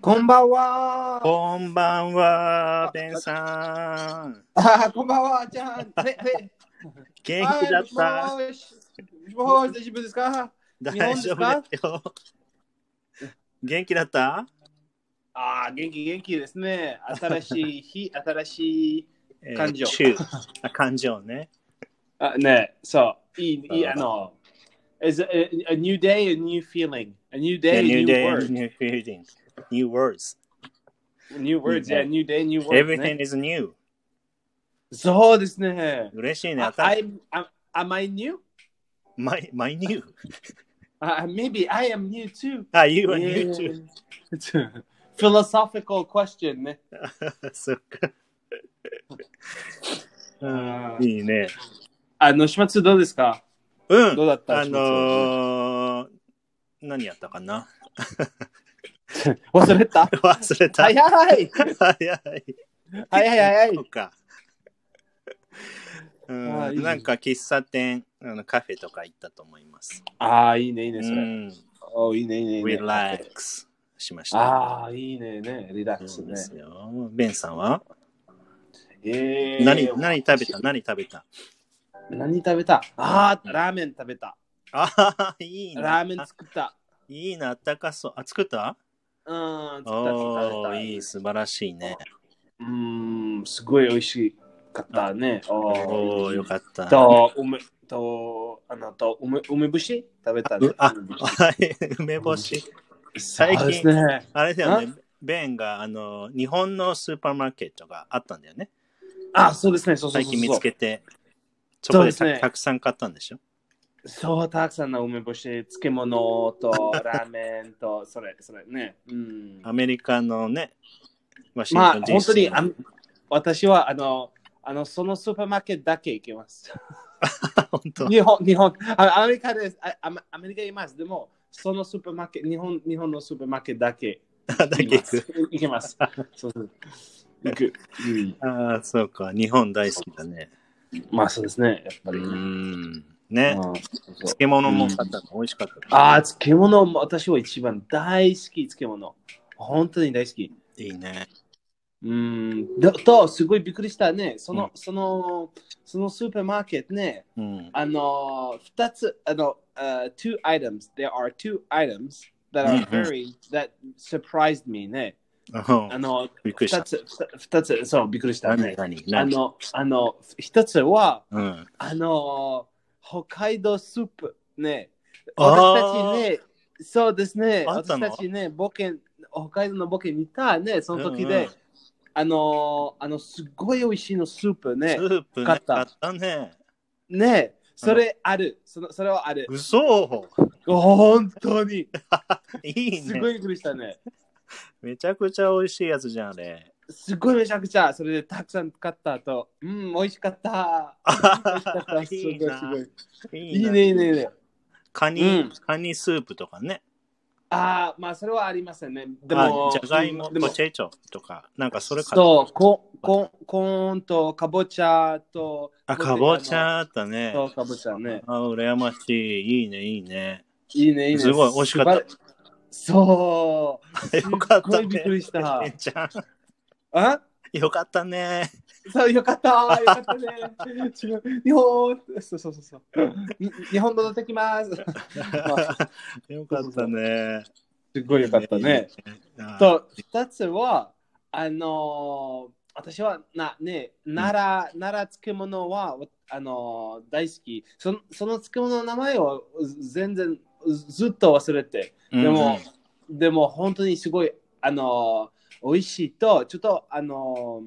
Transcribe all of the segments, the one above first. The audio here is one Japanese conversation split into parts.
こんばんはー。こんばんは、ベンさん。あーこんばんは、ちゃん。え、 え、元は気だっいた。もしもし、もし、大丈夫ですか大日本です丈夫かだよ。元気だったああ、元気、元気ですね。新しい日、新しい。えー感情中あ感情ね。あね、そう。いい、いい、あーあの、is a, a new day, a new feeling. A new day, Yeah, new, new day, word. new feeling, new words. New words, New yeah, day. new day, new word. Everything is new. そうですね。嬉しいね。あ新しい I'm, I'm, am I new? my, my new. Uh, maybe I am new too. あ、you are new too. Yeah. Philosophical question ね。 そっか。 あーうんいいね。あの、始末どうですかうんど。うだったあのー、何やった かな忘れた忘れた。 早い早い。早い早い そう か。あーいういん、ねなんか喫茶店あの、カフェとか行ったと思います。ああ、いいね、いいうね、それ。ん、おいいね、いいね。いいねリラックスしました。ああ、いいね、ね、リラックスそうねで。すよ。ベンさんは、えー、何何食べた何食べた何食べたああ、ラーメン食べた。あーいいな。ラーメン作った。いいな、あったかそう。あ、作ったうん、作った、作っおた。ーいい、素晴らしいね。うーん、すごい美味しかったね。おおおーよかった。と、梅、と、あの、と、梅、梅干し食べたねう。あ梅干しはい 梅干し。最近そうですね。あれだよね。ベンがあの日本のスーパーマーケットがあったんだよね。あ、そうですね。そうそうそうそう最近見つけて、そそこうでですねたたくさん買ったんでしょそう、たくさんの梅干し、漬物 とラーメンと、それ、それね。うん、アメリカのね、ワシンまあトン、本当 DC にのあの私はあの、あの、そのスーパーマーケットだけ行きます。本当日本、日本、あアメリカです。あアメアメリカいます。でも、そのスーパーマーケット、日本日本のスーパーマーケットだけ だけ行きま行すく。。行きます。 そうそう行く、うん。ああ、そうか。日本大好きだね。まあそうですね、やっぱうり。ん。ね。うんそうそう漬物も買ったの、美味しかった。ああ、漬物も私は一番大好き、漬物。本当に大好き。いいね。うーんだと、すごいびっくりしたね。その、うんその、そのスーパーマーケットね、うん。あの、二つ、あの、uh, two items, there are two items that うん are うん very, that surprised me ね。ああの、びっくりし二た。つ、二二つ、そう、びっくりした何ね。何あ何の、あの、一つは、うん。あの、北海道スープね。私たあちね、そうですね、あった私のたちね、冒険、北海道の冒険にいたね、その時で、うんうんあのー、あの、すっごい美味しいのスープーねス、ープ買ね買っったたね。ね、それある、そのそれはある。嘘 本当に、いいすごね。いびっくりしたね。めちゃくちゃ美味しいやつじゃん、あれ。すごいめちゃくちゃ、それでたくさん買った後、うん、美味しかった。美味しかった、すご いいいすなごい。いいいね、いいね、いいね。カニ、うんカニスープとかね。ああ、まあ、それはありませんね。ででもも、、じゃがいも、でポもテチョとか、なんかそれか。そう、ここコーンとかぼちゃと。あ、かぼちゃあったね。そう、かぼちゃね。あ、羨ましい。いいね、いいね。いいね、いいね。すごい美味しかったすばら。そう。 よかっすっごたねいびっくり したえ。んちゃん、あよかっ たね。そう、よかった。よかったね。違う。日本、そうそうそうそう。に日本戻ってきます。よかったね。すごいよかったね。いいね。あーと、二つは、あのー私はな、ね、奈良、奈良漬物は、おあのー大好き。そのその漬物の名前をず全然ずずっと忘れて。でも、でも本当にすごい、あのー美味しいと、ちょっと、あの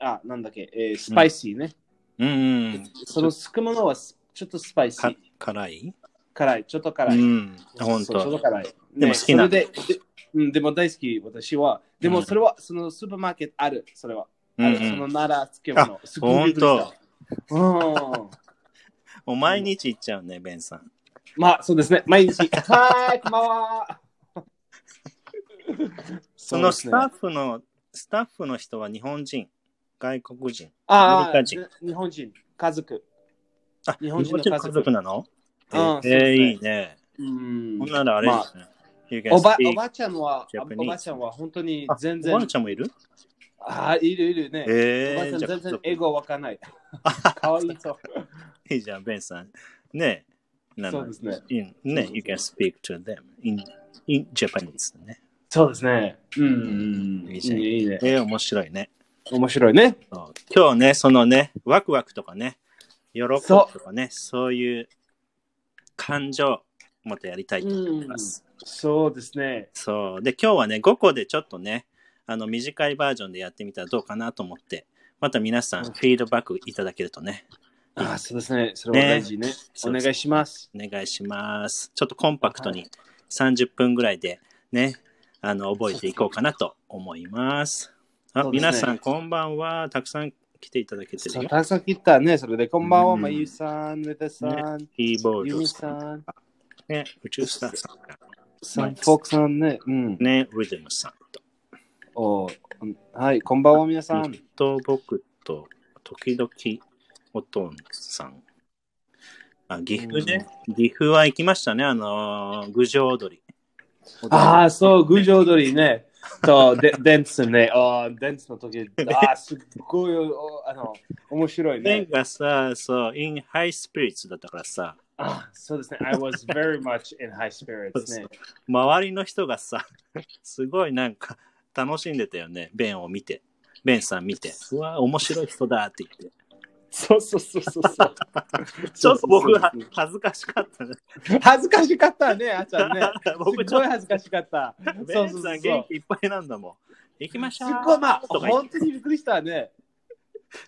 ーあ、なんだっけ、えースパイシーね。うん、うんうん。その漬物はすちょっとスパイシかー。辛い辛い、ちょっと辛い。うん、本そうちょっと当。辛い。ねでも好きなそれででうんでも大好き、私は。でもそれは、そのスーパーマーケットある、それは。うんあうる、そのん、奈良漬物。すごいびっくりした。うん。もう毎日行っちゃうね、ベンさん。まあ、そうですね。毎日。はーい、こんばんは。 そそうのですスねタッフの、スタッフの人は日本人、外国人。アあメリあ、カ日人本人、家族。あ、日本人の家族なのうんえーそうですねいいね。うんほんならあれですね。 You can おば speak おばちゃんは、あ Japanese おばちゃんは本当にあ全おばあ然、ちゃんもいるあいるいるね。おばえちー、ゃんじゃあ全然英語わか んない。かわいそう。いいじゃん、ベンさん。ねえ。なのそうですね。 in- ね You can speak to them in, in Japanese ね。そうですね。うんうん。いいいいじゃんね、いいね。えー、面白いね。面白いね。そう今日ね、そのね、ワクワクとかね、喜ぶとかね、そういう感情、もっとやりたいと思います。そうですね。そう。で、今日はね、5個でちょっとね、あの、短いバージョンでやってみたらどうかなと思って、また皆さん、うフんィードバックいただけるとね、あそうですね。それは大事ね。お願いします。お願いします。ちょっとコンパクトに30分ぐらいでね、あの、覚えていこうかなと思います。あ、そうですね皆さん、こんばんは。たくさん来ていただけてるそうよ。たくさん切ったね。それで、こんばんは、うんまゆさん、めたさん、キーボーゆドみささん、ん、ね、宇宙スターさんからサンフォークさんね。うん。ね、リズムさんと。おうんはい、こんばんは、皆さん。と僕と、時々、おとんさん。あ、岐阜ね。岐阜は行きましたね。あのー、郡上踊り。ああ、そう、グジョドリ ね。と、でデンスね。あーデンスの 時、あーすっごい、おあの、面白いねね。がさ、そう、in high spirits だったからさ、あーそうですね。I was very much in high spirits ね。周りの人がさ、 すごいなんか楽しんでたよね。ベンを見て。ベンさん見て。うわ、面白い人だって言って。そうそうそう そうそう。ちょっと僕はそうですね恥ずかしかったね。恥ずかしかったね、あちゃんね。 す僕ちょごっい恥ずかしかった。と、そベうそうンそさうん元気いっぱいなんだもん。行きましすょっうごい、まあ、とか言って本当にびっくりしたね。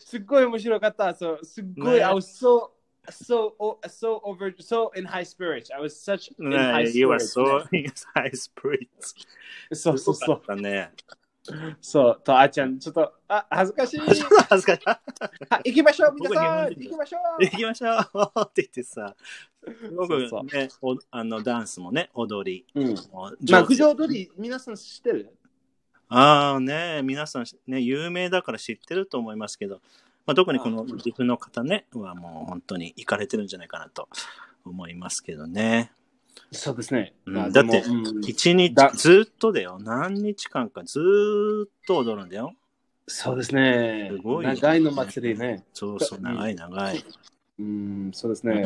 すっごい面白かった。そうすっごい、ね I was so, so, o- so over, so in high spirits. I was such in high ね、You are spirits. so in high spirits. そうそうそう。う。ね、 そう、とあちゃん、ちょっと、あ、恥ずか しい。ちょっと恥ずかしい。あ行きましょう、皆さん。僕日本人行きましょう。行きましょうって言ってさ、すごくね、そうおあのダンスもね、踊りうん。もまあ、上手苦情通り、皆さん知ってるああね、皆さん、ね、有名だから知ってると思いますけど、まあ、特にこの岐阜の方ね、はもう本当に行かれてるんじゃないかなと思いますけどね。そうですね。うんまあだってでもうん一日だ、ずっとだよ。何日間かずーっと踊るんだよ。そうですね。すごいね長いの祭りね。そうそう、うん長い長い。うん、そうですうね。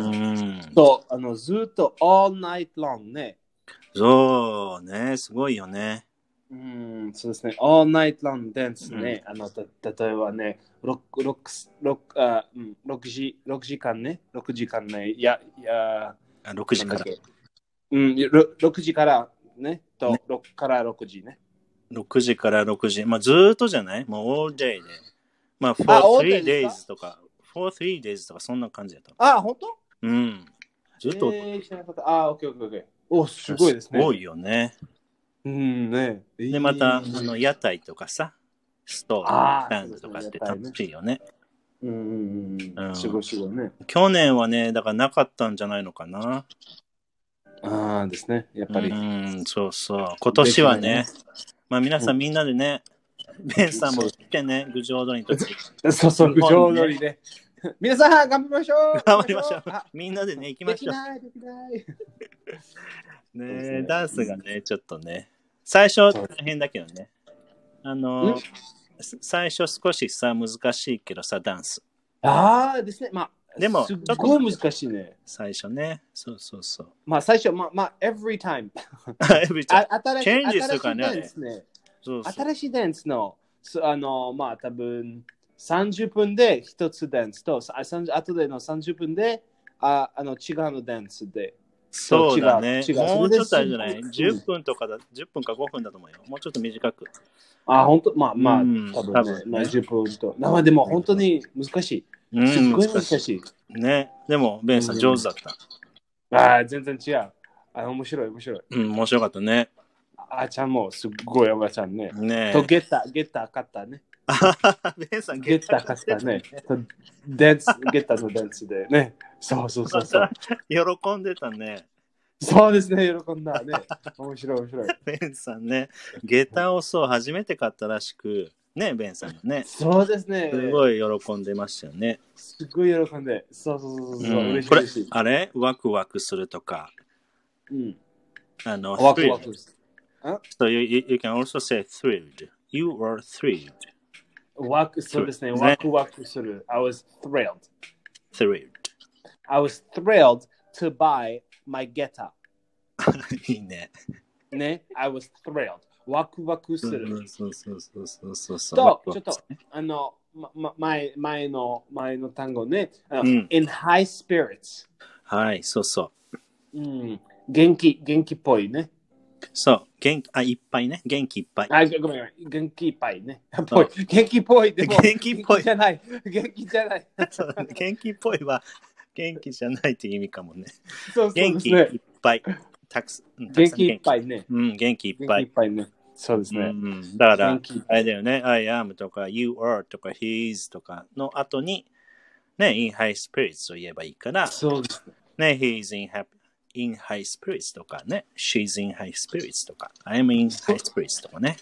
ん。と、あの、ずっと all night long ね。そうね、すごいよね。うん、そうですね。all night long dance ね。あの、た例えばね、六六六あ、うん、六時六時間ね、六時間ね、いやいや、あ6時なんかだらっ。け。うん、ろ六時からね、とね六から六時ね。 6時から6時。まあ、ずーっとじゃないもう all day で。まあ、for あ all three day です days とか、for three days とか、そんな感じだった。あ、本当？うん。ずっと踊ってえー、知らなかった。あ、オッケーオッケーオッケー。お、すごいですね。多いよね。うんね。で、また、あいいの屋台とかさ、ストあーーブ、ランドとかって楽しいよね。うんうんううんん。すごいすごいね。去年はね、だからなかったんじゃないのかな。ああですね。やっぱり。うん、そうそう。今年はね、まあ皆さうんみんなでね、ベンさんも来てね、郡上踊りの時、そうそう、日苦本情通ねりね。皆さん、頑張りましょう頑張りましょうあ。みんなでね、行きまできしょない、できない。うう。ですねねダンスがね、ちょっとね、最初そう大変だけどね。あのん、最初少しさ、難しいけどさ、ダンス。ああですね。まあ、でもすっごい難しいね。最初ね。そうそうそう。まあ、最初、まあ、まあ、every time。 エブリちゃんあ新しい、チェンジするからね新しいダンスね。そうそう新しいダンスの、すあの、まあ、多分30分で一つダンスと、あ30後での30分で、ああの違うのダンスで。そうだね。違う違うもうちょっとあれじそれゃなでいす ?10 分とかだ、10分か5分だと思うよ。もうちょっと短く。あ、本当まあ、まあ、うん多分ね、多分ねまあ、10分と。まあ、でも本当に難しい。うすっん、ごい難難ししい。い。ね。でも、ベンさん上手だった。ああ、全然違う。あ面白い、面白い。うん、面白かったね。あーちゃんもすっごいおばちゃんね。ねと、ゲッター、ゲッター勝ったね。あはは ベンさん、ゲッター勝ったね。と、ダンス、ゲッターのダンスでね。そうそうそう そう。喜んでたね。そうですね、喜んだね。面白い、面白い。ベンさんね。下駄をそう、初めて買ったらしく、ね、ベンさんがね。そうですね。すごい喜んでましたよね。すっごい喜んで。そうそうそうそう。うん嬉しい、これ嬉しい、。あれワクワクするとか、うん。あの、ワクワ thrilled. クす So you, you you can also say thrilled. You are thrilled. る。ワク、そうですね。ねワクワクする。I was thrilled. Thrilled. I was thrilled to buy my getter. いいね。ね。I was thrilled. ワクワクすそうる。そうそうそうそうそうそう。とワクワクちょっとあの、まま、前前の前の単語ね。あのうん Uh, In high spirits、Mm. はい、そうそう。うん。元気、元気っぽいね。そう、元気、あ、いっぱいね。元気いっぱい。あ、ごめんごめん。元気いっぱいね。 ぽい元気っぽい。でも元気っぽいじゃない。元気じゃ ない。そうだね 元気っぽいは、元気じゃないという意味かもね。そうそうで元す気ねい。っぱい。たくさん、うんたく元さん気いっぱいね。うん、元気いっ元ぱ気いっい。ぱいね。そうですうね。ん、だから元、気あれだよね、I am とか You are とか He's とかの後に、ね、In High Spirits を言えばいいから、そうですね。ね、He's in, happy, in High Spirits とかね、She's in High Spirits とか、I'm in High Spirits とかね。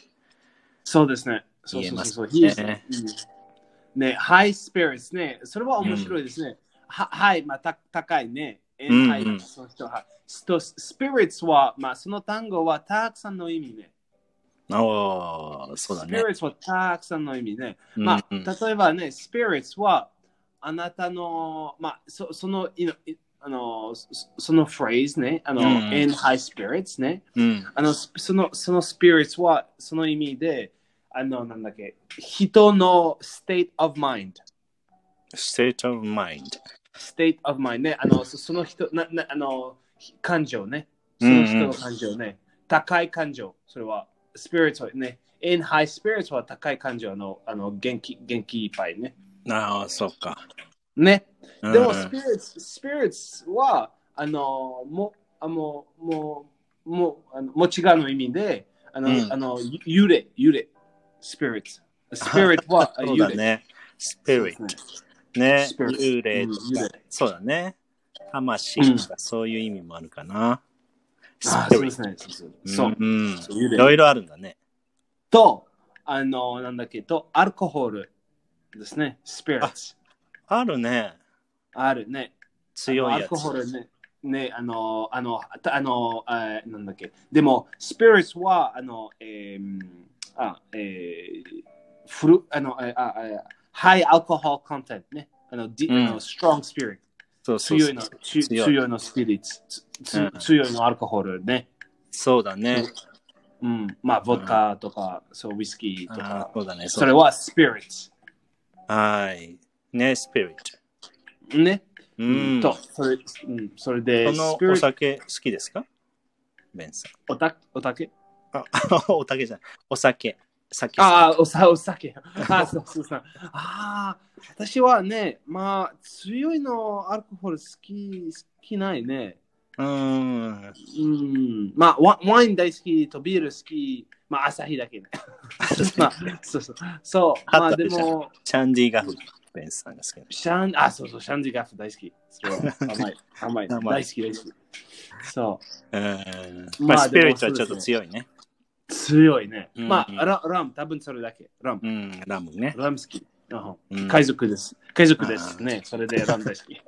そうですね。そう言えそうますそうそう。ね He is- うんね、high spirits ね。それは面白いですね。ははい、まあ、た高いね。えうんうんはい、その人は。と、spirits は、まあ、その単語はたくさんの意味ね。おー、そうだね。 spirits はたくさんの意味ね。まあ、うんうん例えばね、spirits は、あなたの、まあ、そその、いのいあの、そそのフレーズね。あの、うん in high spirits ね。うん、あの、そその、そのスピリッツは、その意味で、あの、なんだっけ、人の state of mind。 State of Mind。 state of mind ね。あの、そその人、な、な、あの、ひ感情ね。その人の感情ね。高い感情。それは、スピリッツはね。in high spirits は高い感情の、あの、元気、元気いっぱいね。ああ、そうか。ね。うんでも、スピリッツ、スピリッツは、あの、も、あもう、もう、もう、あのもちがの意味で、あの、うんあの、ゆ揺れ、揺れ、スピリッ ツ。スピリッツはあそう揺だれ。ね。そうで Spirit すね。ね。 Spirit 幽霊とうん幽か霊。そうだね。魂とかそういう意味もあるかな。あそうで Spirit すね。そうそううそんう。うんそう幽霊いろいろあるんだね。と、あの、なんだっけ、と、アルコホールですね。スピリッツ。あるね。あるね。強あいのアルやコホーつ。ルね。ね、あの、あの、たあの、あなんだっけ。でも、スピリッツは、あの、えー、あ、えー、フル、あの、あ、あ、ハイアルコホールコンテンツね。あの、ディうんあのストロングスピリッそうツ。そう強そいうの、ち強い強いのスピリッツ。つうん強いのアルコホールね。そうだね。うん。まあ、ボッカとか、そう、ウイスキーとあかー。そうだね。そそれれはスピリッツ。はい。ね、Spirit。ね。うん。とそ、それ、うん、それで、のスピリッおツ、酒好きですかベンさん。 おた、おたけあお酒じゃない。お酒。酒。ああ、おさ、お酒。ああ、そうそうそう。ああ、私はね、まあ、強いのアルコール好き、好きないね。うん。うん。まあ、ワワイン大好きとビール好き、まあ、朝日だけね。 まあ、そうそう。そう、まあっあ、たででしょも、 チャンディガフ。ベンさんが好きな。シャン、あ、そうそう、シャンディガフ大好き。それは甘い、甘い、甘い大好き、大好き。そう。うん。ままああ、スピリットではもそちうですねょっと強いね。強いね。うんまあ、ララム、多分それだけ。ラムう、ん、ラムね。ラム好き。うんうん海賊です。海賊です。ね、それでラム 大好き。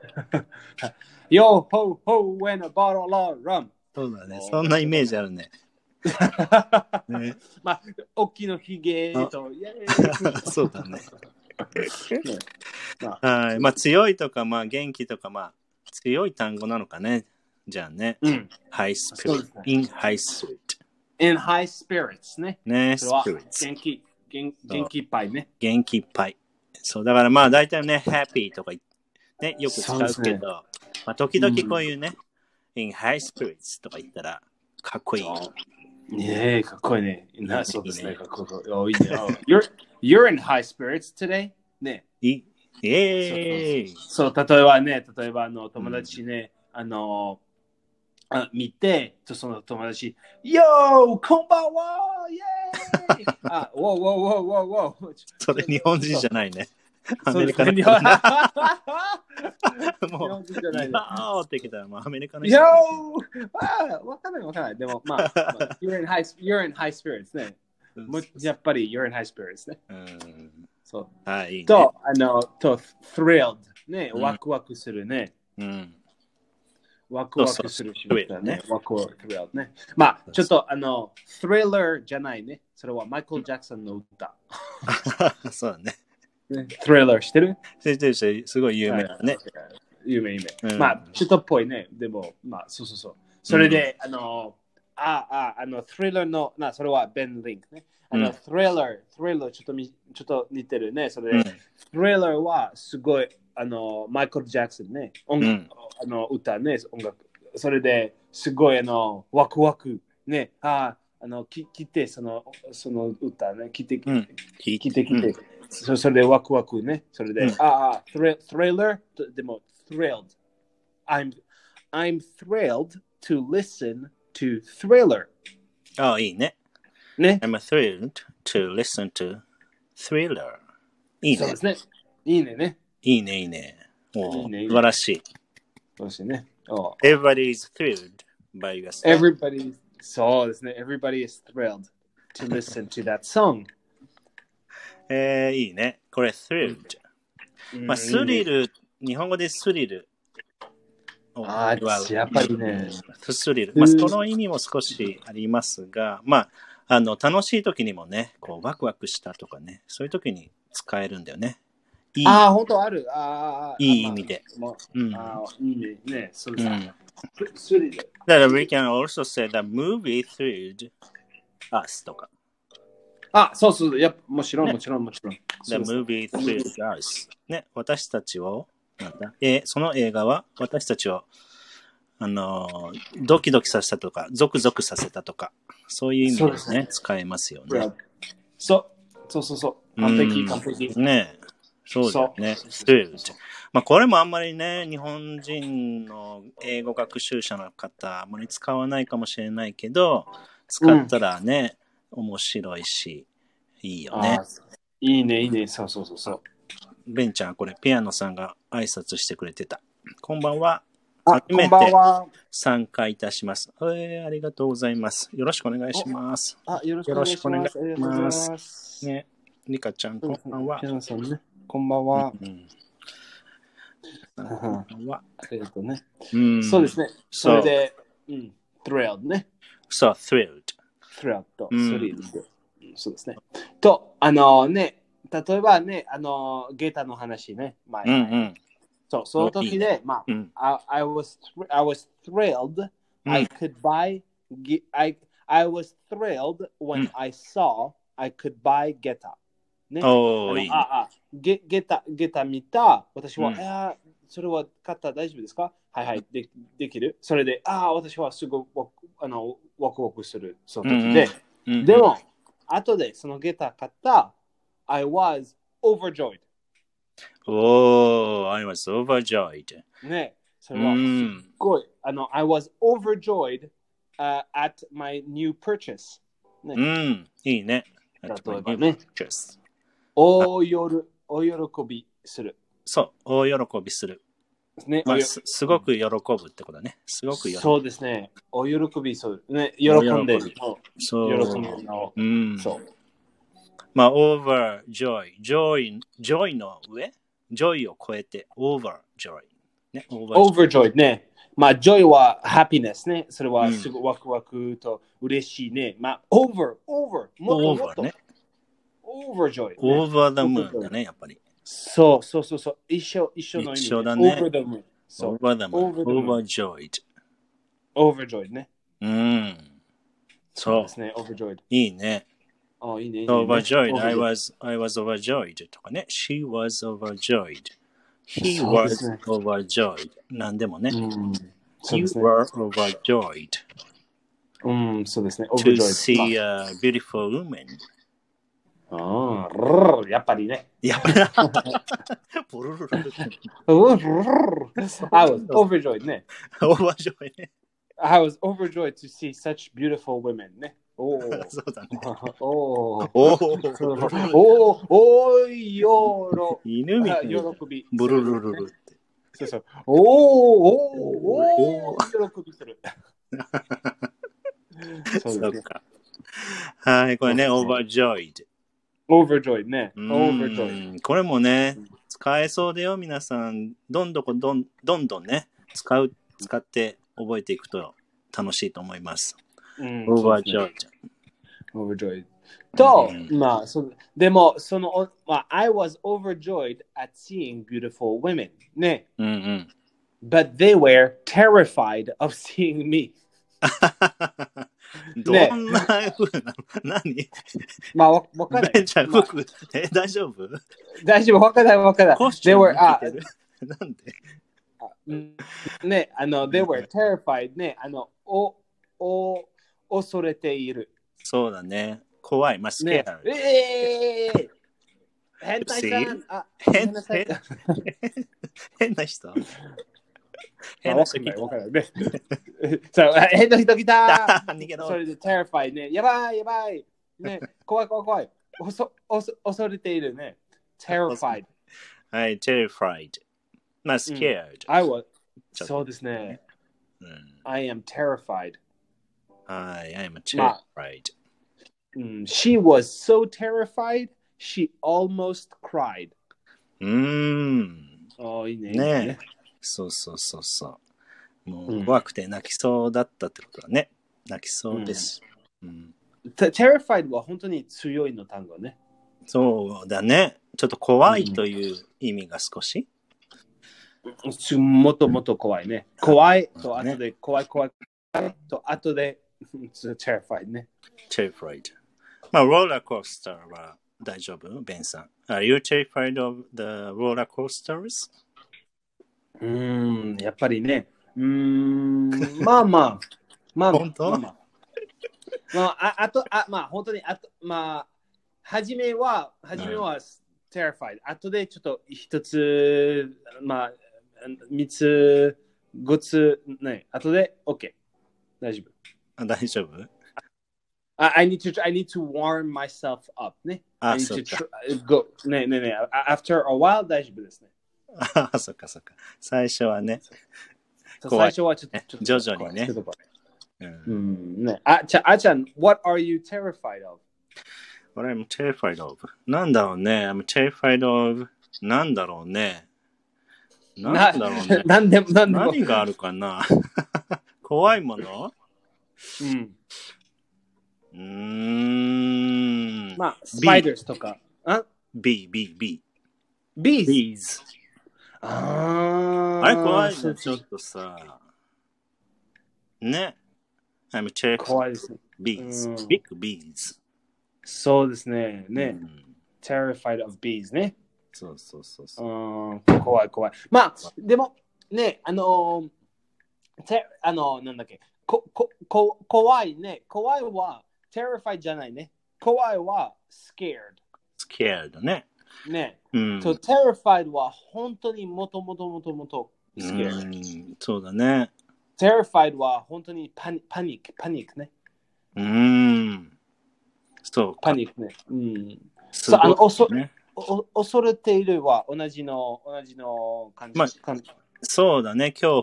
Yo, ho, ho, when a bottle of rum. そうだね。そんなイメージあるね。ね まあ、大きなひげと、イエ ーそうだね。イねまあはい。まあ、強いとか、まあ、元気とか、まあ、強い単語なのかね。じゃあね。うん。ハイスピそリうッですトね。 in ハイスピリット。 In high spirits ね。ね、そスれはピリット。元気、元元気いっぱいね。元気いっぱい。そう、だからまあ、大体ね、happy とか、ね、よく使うそうけでど、すねまあ、時々こういうね、in high spirits とか言ったら、かっこいい。ねえ、かっこいいね。いないそうですいね、いねかっこいい。おいい ね。お You're, you're in high spirits today? ね。いイエーイそう、例えばね、例えばあの友達ね、あの、あ見て、とその友達、Yo! こんばんはイェ ーイあ、ウォーウォーウォーウォーウォーそれ日本人じゃないね。アそうメでリすカねの日人本だね 日 も本人じゃう、ないいやーって来たら、まあ、アメリカのです。Yo! 人。あわかんないわかんない。でも、まあ、まあ you're, in high, you're in high spirits ね。もうやっぱり You're in high spirits ね。うん。そ。はい、いいうね。と、あの、と、thrilled ね、うん ワクワクするね。うん。ワクワクする仕事だねそう。ワクワク、スリラーね。まあ、ちそょうっと、あの、スリラーじゃないね。それはマイケル・ジャクソンの歌。そうだね。ねスリラーしてる知ってる人、すごい有名だね。。有名、有名。うんまあ、ちょっとっぽいね。でも、まあ、そうそうそう。それで、あの、ああ、あの、スリラーの、な、それはベン・リンクね。あうの、んスリラー、スリラー、ちょっとみ、ちょっと似てるね。それうでん、トレーラーはすごい、あの、マイケル・ジャクソンね、音楽、うんあの歌ね、音楽。それですごい、あの、ワクワク、ね、あーあの、き聞いて、その、その歌ね、聞いて、う聞ん聞いて、聞いて、そそれでワクワクね、それで、うんああ、トレトレーラーとでも、thrilled。I'm, I'm thrilled to listen to thriller. ああ、いいね。ね、 I'm thrilled to listen to thriller. いいそうねで。すね。いいねね。いいね、いいね。おいいお、ねいいね素晴らしい。そうですね。お Everybody is thrilled by your song. Everybody, そうですね。Everybody is thrilled to listen to that song. えー、いいね。これ、thrilled。まあ、スリル。ル、日本語でスリル。あーやっぱりね。スリル。まあ、その意味も少しありますが、まあ、あの、楽しい時にもね、こう、ワクワクしたとかね、そういう時に使えるんだよね。いい、ああ、本当ある。ああ、いい意味で。まあ。うん。ああ、いいね。ね、そううですん。スリル。だから、we can also say that movie thrilled us とか。あ、そうそう。やっぱもちろん、ねもちろん、もちろん。 The そうです movie thrilled us. ね、私たちを、なんだえーその映画は私たちを、あのードキドキさせたとか、ゾクゾクさせたとか、そういう意味で,、そうねですね使えますよね。 thrilled そう、そうそうそう。完う璧、ん完璧。ねえそうだよね。thrilled まあ、これもあんまりね、日本人の英語学習者の方、あまり使わないかもしれないけど、使ったらね、面白いし、いいよねあ。ーいいね、いいね。そうそうそうそう。ベンちゃん、これ、ピアノさんが挨拶してくれてた。こんばんは。あ、初めこてんばんは。参加いたします。えーありがとうございます。よろしくお願いします。あ、よろよろししくくおお願願いいししますます。ね。リカちゃん、こんばんはピ。アノさんね。こんばんは。うん こんばんは。えっとね。うんそうです。ね。そそうれで、うん、thrilled ね。そう、thrilled。 thrilled とうん thrilled で。うんそうですね。と、あのね、例えばね、あの、ゲタの話ね、前。うんうん。そう、その時で、まうんあ、I I was thr- I was thrilled うん I could buy ge- I I was thrilled う when ん I saw I could buy Geta ね。おあー、のいいね。ああゲゲタゲタ見た私は、うんああそれは買った大丈夫ですかはいはいでできるそれでああ私はすごくワクあのワクワクするその時で、うんうんでも、、後でそのゲタ買った I was overjoyed おー、I was overjoyed。ねそうれはすっん。ごい、あの I was overjoyed、uh, at my new purchase うん。いいね。例えばね。大喜大喜びするそう、大喜びする。ね、まおあ、よすすごく喜ぶってことね。すごく喜ぶ。そうですね。お喜びそうね。喜んでお喜る。喜そんでるの。うん。そう。まあ、over joy。joy, joy の上 ?joy を超えて over joy。ね、over overjoyed ね。まあ、joy は happiness ね。それはすごいワクワクと嬉しいね。まあ、over、over、もっともっ over とね。。 overjoyed ね。 over the moon だね、やっぱり。そうそうそうそう。一緒、一緒の意味。一緒だね over the moon。そう。 over the moon。 over the moon overjoyed。 overjoyed ね。うん。そうで。すね。overjoyed。いいね。あ、いいね。いいね overjoyed. I overjoyed was, I was overjoyed とかね。she was overjoyed. he そうで was すね overjoyed. なんでもね。うん。そう you ですね。 were overjoyed. うん、そうですね。 to overjoyed。まあ see a beautiful woman. あーやっぱりね。やばいな。ポロロロロ。 I was overjoyed ね。オーバージョイね。 I was overjoyed to see such beautiful women ね。おーそうだね。おーおお。おーおーいよろ犬みたあい喜な。び。ブルルルルって。そうそう。おーおーおおー喜びする。そうでそすねう。か。はい、これね、そうですオねーバージョイ overjoyed ね。overjoyed。これもね、使えそうだよ、皆さん。どんどこどんどんどんね、使う使って覚えていくと楽しいと思います。うんオーそうバーですジねョイ。 overjoyed. と、うまあ、そのでも、その、おまあ、I was overjoyed at seeing beautiful women. ね。うんうん。 But they were terrified of seeing me. どんな風なの、何まあ、わわかんない。ベンちゃん、まあ僕、え、大丈夫大丈夫、わかんない、わかんない。コスチ They ュ were, あーム着てる なんでうんね、あの、they were terrified. ね、あの、お、お、恐れている。そうだね。怖い。まあ、スケねア。、えー変態さんあ、ごめ変んなさい変変な人ま変あなわか人ん聞ないい、たわかんないね。 そうあ変な人来た逃げ ろそれで terrified ね。やばいやばい。ね、怖い怖い怖い。おそおそ恐れているね。terrified。はい、terrified。まあ、scared。 I was. ちょっとそうですね。うん、 I am terrified. はい、I'm ま terrified。うん She was so terrified, she almost cried. うーん。ああ、いいね。ねえ。そうそうそうそう。もううん怖くて泣きそうだったってことだね。泣きそうです。うん、 Te- terrified は本当に強いの単語ね。そうだね。ちょっと怖いという意味が少し。すもっともっと怖いね。怖いとね後で怖い怖いと後で terrified ね。 terrified。まあ、ローラーコースターは大丈夫ベンさん。Are you terrified of the roller coasters? うーん、やっぱりね。うーん、まあまあ。まあ、本当まあまあ。まあ、ああと、あまあ、本当に、あと、まあ、初めは、初めは、terrified。あとで、ちょっと、一つ、まあ、三つ、五つ、ね、あとで、OK。大丈夫。あ大丈夫 I, I need to, I need to warm myself up ね。あ I need そ to っか tr- uh, go. ねねね、あ after a while 大丈夫ですね。あ、そっかそっか。最初はね。そう怖最い初はちょっと、ちょっと徐々にねちょっと怖いうん、うんね、あちゃあちゃん、What ah, are you terrified of?。What I'm terrified of? なんだろうね。I'm terrified of なんだろうね。なんだろうね 何でも何でも。何があるかな 怖いものうん、うーん。まあ、スパイダースとか。あ B、B、B。ビーズ。 Bees。あーあれ怖いそね、うちょっとさ。ね。I'm 怖 terrified いですね。 bees. うん Big bees. そうですね。ね、うん。 terrified of bees ね。そうそうそううそう。ーん、怖い怖い。まあ、でも、ね、あのー、てあのー、なんだっけ、こ、こ、こ、怖いね。怖いは、terrified じゃないね。怖いは、scared。 scared ね。ね。うん。と、terrified は、本当にもともともともと、う scared。んそうだね。 terrified は、本当にパニパニック、パニックね。うん。そうか。パニックね。うん。すそごいうあのおそねおお恐れているは、同じの、同じの感じ。まあ感じそうだね。恐怖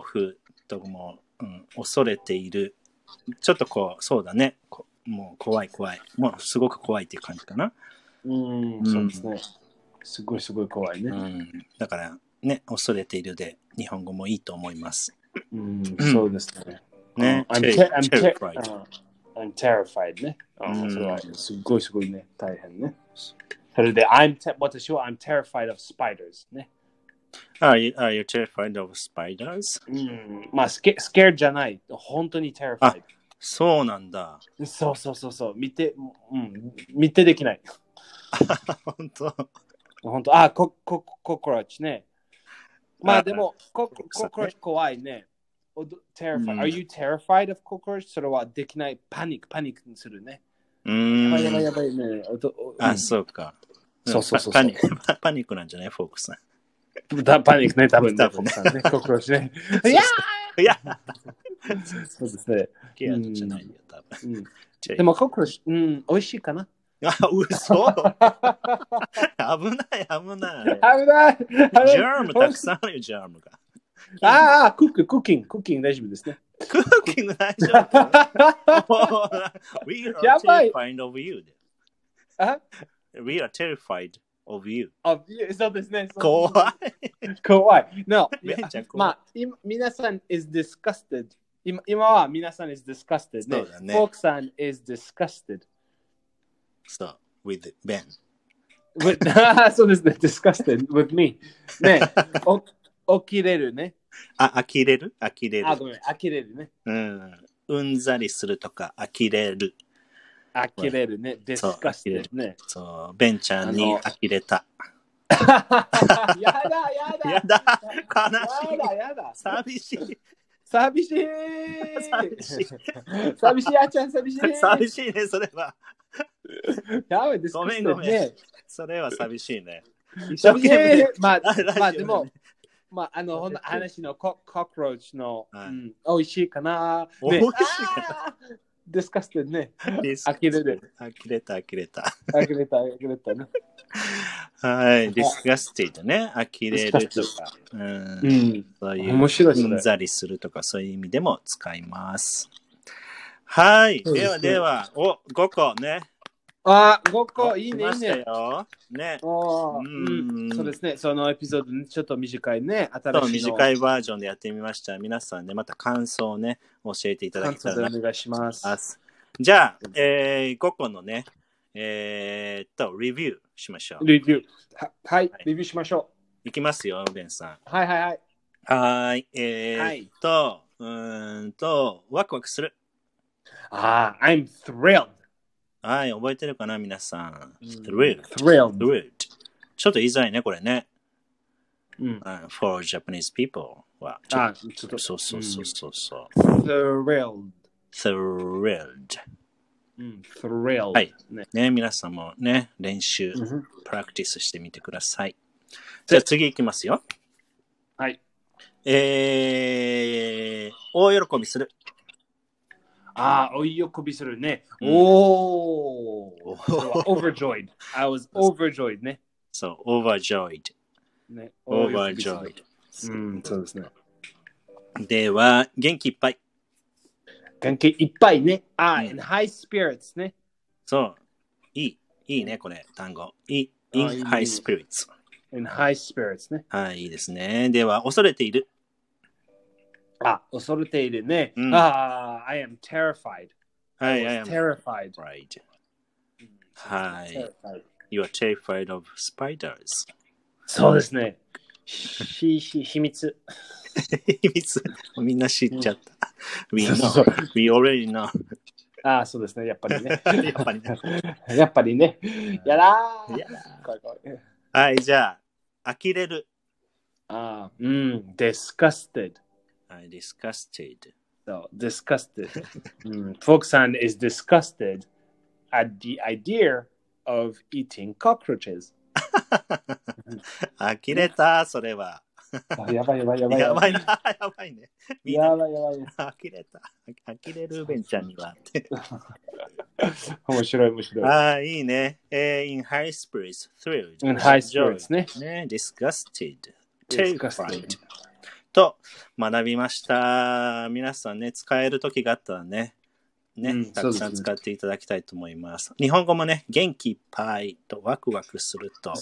とも、うん、恐れている。ちょっとこう、そうだね。こもう怖い怖い。もうすごく怖いっていう感じかな。うん、そうですね。すごいすごい怖いね。うん。だから、ね、恐れているで、日本語もいいと思います。うんうんそうですね。ね。 I'm, ter- ter- I'm, ter- terrified. I'm terrified ね。あうんそれはすっごいすごいね。大変ね。それで、I'm te- 私は I'm terrified of spiders ね。 Are you, are you terrified of spiders? うん、まあ、スケ scared じゃない。本当に terrified。そうなん だ。そうそうそうそう。見て、うん、見てできない。本当本当、あ、ココココラッチね。まああでも、ココココラッチ怖いね。おど terrified、うん Are you terrified of cockroach? それはできない。パニック、パニックするね。うやばいやばいーん。やばいね。おどおあ、んそうか。そうそうそうそうパニックパニックなんじゃないフォークさん。だパニック ね、多分多ね。分コねクさんねコクロチね。いやいや、ーそうですね。ケアじゃないよ、多分。 うん、チェイでもコクロチ、うん、美味しいかな。あ、嘘 危危ない、危ない。ないジ危ャームたくさんあるよ、ジャームが。ないああ、クック、クッキング、クッキング大丈夫ですね。クッキング大丈 夫もう ?We are やばい terrified of you. あ We are terrified of you. あ、いえそうですね。 そう怖い。怖い。No. めっちゃ怖い。まあ、今皆さん is disgusted. 今今は皆さん is disgusted ね。そうだねフォークさん is disgusted. そう、with Ben。 With- そうですね。disgusted with me. ね。お起きれるね。あ、呆れる呆れる。あ、ごめん。飽きれるね。うん。うんざりするとか、呆れる。飽きれるね。そう disgusted ね。そう、ベンちゃんにあの呆れ た。やだやだやだ悲やしいだやだ寂しい。寂しい寂しい。寂しいあっちゃん寂しい 寂しいね、それは。やべ、ですごめんごめんそれは寂しいね。一生寂しい懸命。。まあラジオだ、ねまあ、でも、まあ、あの、ほんの話のココクローチの、はいうん、美味しいかな。美味しいかな。ディスカステンね。呆呆れる。呆れた、呆れた。あげれた、あげれたね。はい、ディスガスティとね、呆れるとか、うんん。そういう、面白いそれうんざりするとか、そういう意味でも使います。はい、そうでですはねでは、お、5個ね。あ、5個、おいい来ね、いまいしたね。よ。ね。おーうんうんそうですね、そのエピソードね、ちょっと短いね、ちょっと新しいの短いバージョンでやってみました。皆さんね、また感想をね、教えていただ感けた想らでなお願いします。ます。じゃあ、えー、5個のね、えー、っと、レビューしましょう。レビュー。ははいはい、レビューしましょいきますよ、ベンさう。はいはいはい。ん。はーい。えー、っと、うーんと、ワクワクする。ああ、I'm thrilled. はい、覚えてるかな、皆さん。うん thrilled。 thrilled. thrilled。ちょっと言いづらいね、これね。うんうん for Japanese people は。ちょっあ、ちょっとと。そうそうそうそうそう。 thrilled. thrilled。うん、thrilled. はいね。ね、皆さんもね、練習、うんプラクティスしてみてください。じゃあ次いきますよ。はい。えー、大喜びする。ああ、おいよこびするね。うんおおお。それは overjoyed. I was overjoyed ね。そう、overjoyed。ね。 overjoyed。うん、そうですね。では、元気いっぱい。関係いっぱいね。ああ、うん and high spirits ね。そう、いい。いいね、これ、単語。いい。あ in いい high spirits。 and high spirits ね。はい、いいですね。では、恐れている。あ、恐れているね。うんああ、I am terrified. は I い、I was am terrified. afraid. うんはい。 terrified. You are terrified of spiders. そうですね。ひ、ひ、秘密。秘密。みんな知っちゃった。We そうそう know. We already know. ああ、そうですね。やっぱりね。 やっぱりね。 やっぱりね。やらーいや怖い怖いはい、じゃあ、呆れる。ああ、うん、disgusted. はい、disgusted。 So, disgusted. うん、フォークさん is disgusted at the idea of eating cockroaches. 呆れた、それは。あ やばいやばいやばいやばい。いな、 やばいね。みんなやばいやばい。呆れた。呆れるベンちゃんには。面白い面白い。ああ、いいね。えー、in high spirits, thrilled. In high spirits ね。ね。disgusted, Disgusted terrified. と学びました。皆さんね、使える時があったらね、ね、うんたくそさうんですね使っていただきたいと思います。日本語もね、元気いっぱいとワクワクすると、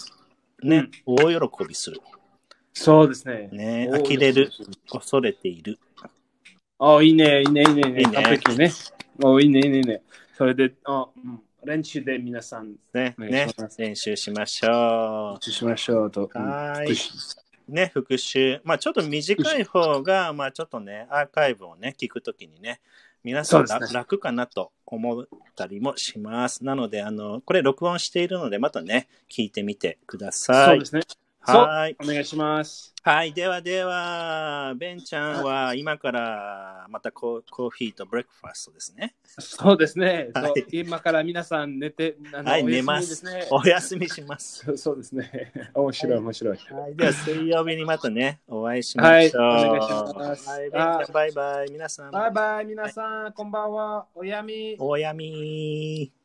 ね、大喜びする。そうですね。ね、おー呆れる、恐れている。あ、いいね、いいね、いいね、いいいねいね完璧ね。お、いいね、いいね、いいね。それで、あ、うん、練習で皆さん、ね、お願いねします、練習しましょう。しましょうと。うんはーい福祉ね、復習。まあちょっと短い方が、まあちょっとね、アーカイブをね、聞くときにね、皆さんそうですね楽,、楽かなと思ったりもします。なので、あの、これ録音しているので、またね、聞いてみてくださそういで。すね。そうはーい。お願いします。はい。ではでは、ベンちゃんは今からまたココーヒーとブレックファーストですね。そうですね。はいそう今から皆さん寝て、あのはい、寝おま。休みですね。お休みします。そうそうですね。面白い、面白い。はい、では水曜日にまたね、お会いしましょう。はいお願いしますはい、ベンちゃん、バイバイ。皆さん、バイバイ、皆さん、こんばんは。おやみ。おやみー。